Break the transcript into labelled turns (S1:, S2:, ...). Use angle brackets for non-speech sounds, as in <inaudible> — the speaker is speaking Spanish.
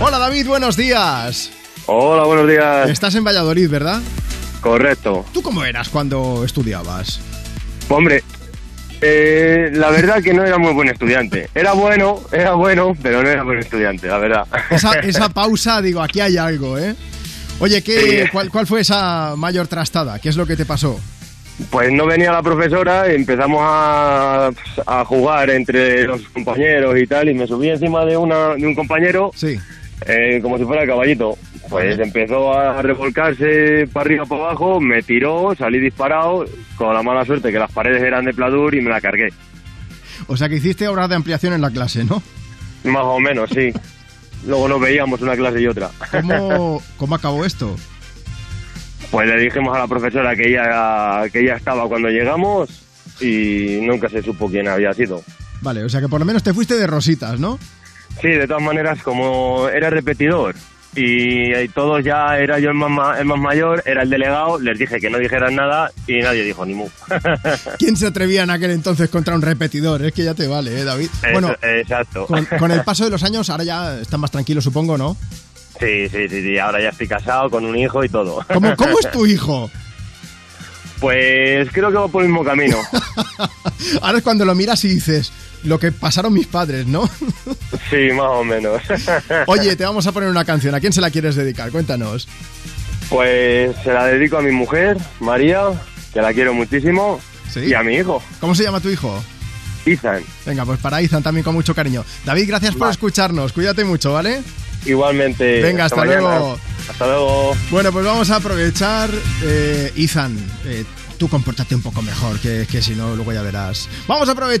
S1: Hola David, buenos días.
S2: Hola, buenos días.
S1: Estás en Valladolid, ¿verdad?
S2: Correcto.
S1: ¿Tú cómo eras cuando estudiabas?
S2: Hombre, eh, la verdad que no era muy buen estudiante. Era bueno, era bueno, pero no era buen estudiante, la verdad.
S1: Esa,
S2: <laughs>
S1: esa pausa, digo, aquí hay algo, ¿eh? Oye, ¿qué,
S2: Sí.
S1: cuál, cuál fue esa mayor trastada? ¿Qué es lo que te pasó?
S2: Pues no venía la profesora, empezamos a, a jugar entre los compañeros y tal, y me subí encima de, una, de un compañero
S1: Sí.
S2: eh, como si fuera el caballito. Pues empezó a revolcarse para arriba, para abajo, me tiró, salí disparado, con la mala suerte que las paredes eran de pladur y me la cargué.
S1: O sea que hiciste obras de ampliación en la clase, ¿no?
S2: Más o menos, sí. Luego nos veíamos una clase y otra. <laughs>
S1: ¿Cómo, cómo acabó esto?
S2: Pues le dijimos a la profesora que ella, que ella estaba cuando llegamos y nunca se supo quién había sido.
S1: Vale, o sea que por lo menos te fuiste de rositas, ¿no?
S2: Sí, de todas maneras, como era repetidor y, y todos ya era yo el más, ma- el más mayor, era el delegado, les dije que no dijeran nada y nadie dijo ni mu. <laughs>
S1: ¿Quién se atrevía en aquel entonces contra un repetidor? Es que ya te vale, ¿eh, David? Bueno,
S2: Eso- Exacto.
S1: con, con el paso de los años ahora ya están más tranquilos, supongo, ¿no?
S2: Sí, sí, sí, sí, ahora ya estoy casado con un hijo y todo.
S1: ¿Cómo, cómo es tu hijo?
S2: Pues creo que va por el mismo
S1: <laughs>
S2: camino.
S1: Ahora es cuando lo miras y dices, lo que pasaron mis padres, ¿no?
S2: Sí, más o menos. <laughs>
S1: Oye, te vamos a poner una canción. ¿A quién se la quieres dedicar? Cuéntanos.
S2: Pues se la dedico a mi mujer, María, que la quiero muchísimo,
S1: ¿Sí?
S2: y a mi hijo,
S1: ¿Cómo se llama tu hijo?
S2: Ethan.
S1: Venga, pues para Izan también con mucho cariño. David, gracias por
S2: Vale.
S1: escucharnos. Cuídate mucho, ¿vale?
S2: Igualmente.
S1: Venga, hasta
S2: mañana.
S1: luego.
S2: Hasta luego.
S1: Bueno, pues vamos a aprovechar. Eh, Izan, eh, tú compórtate un poco mejor, que, que si no, luego ya verás. Vamos a aprovechar.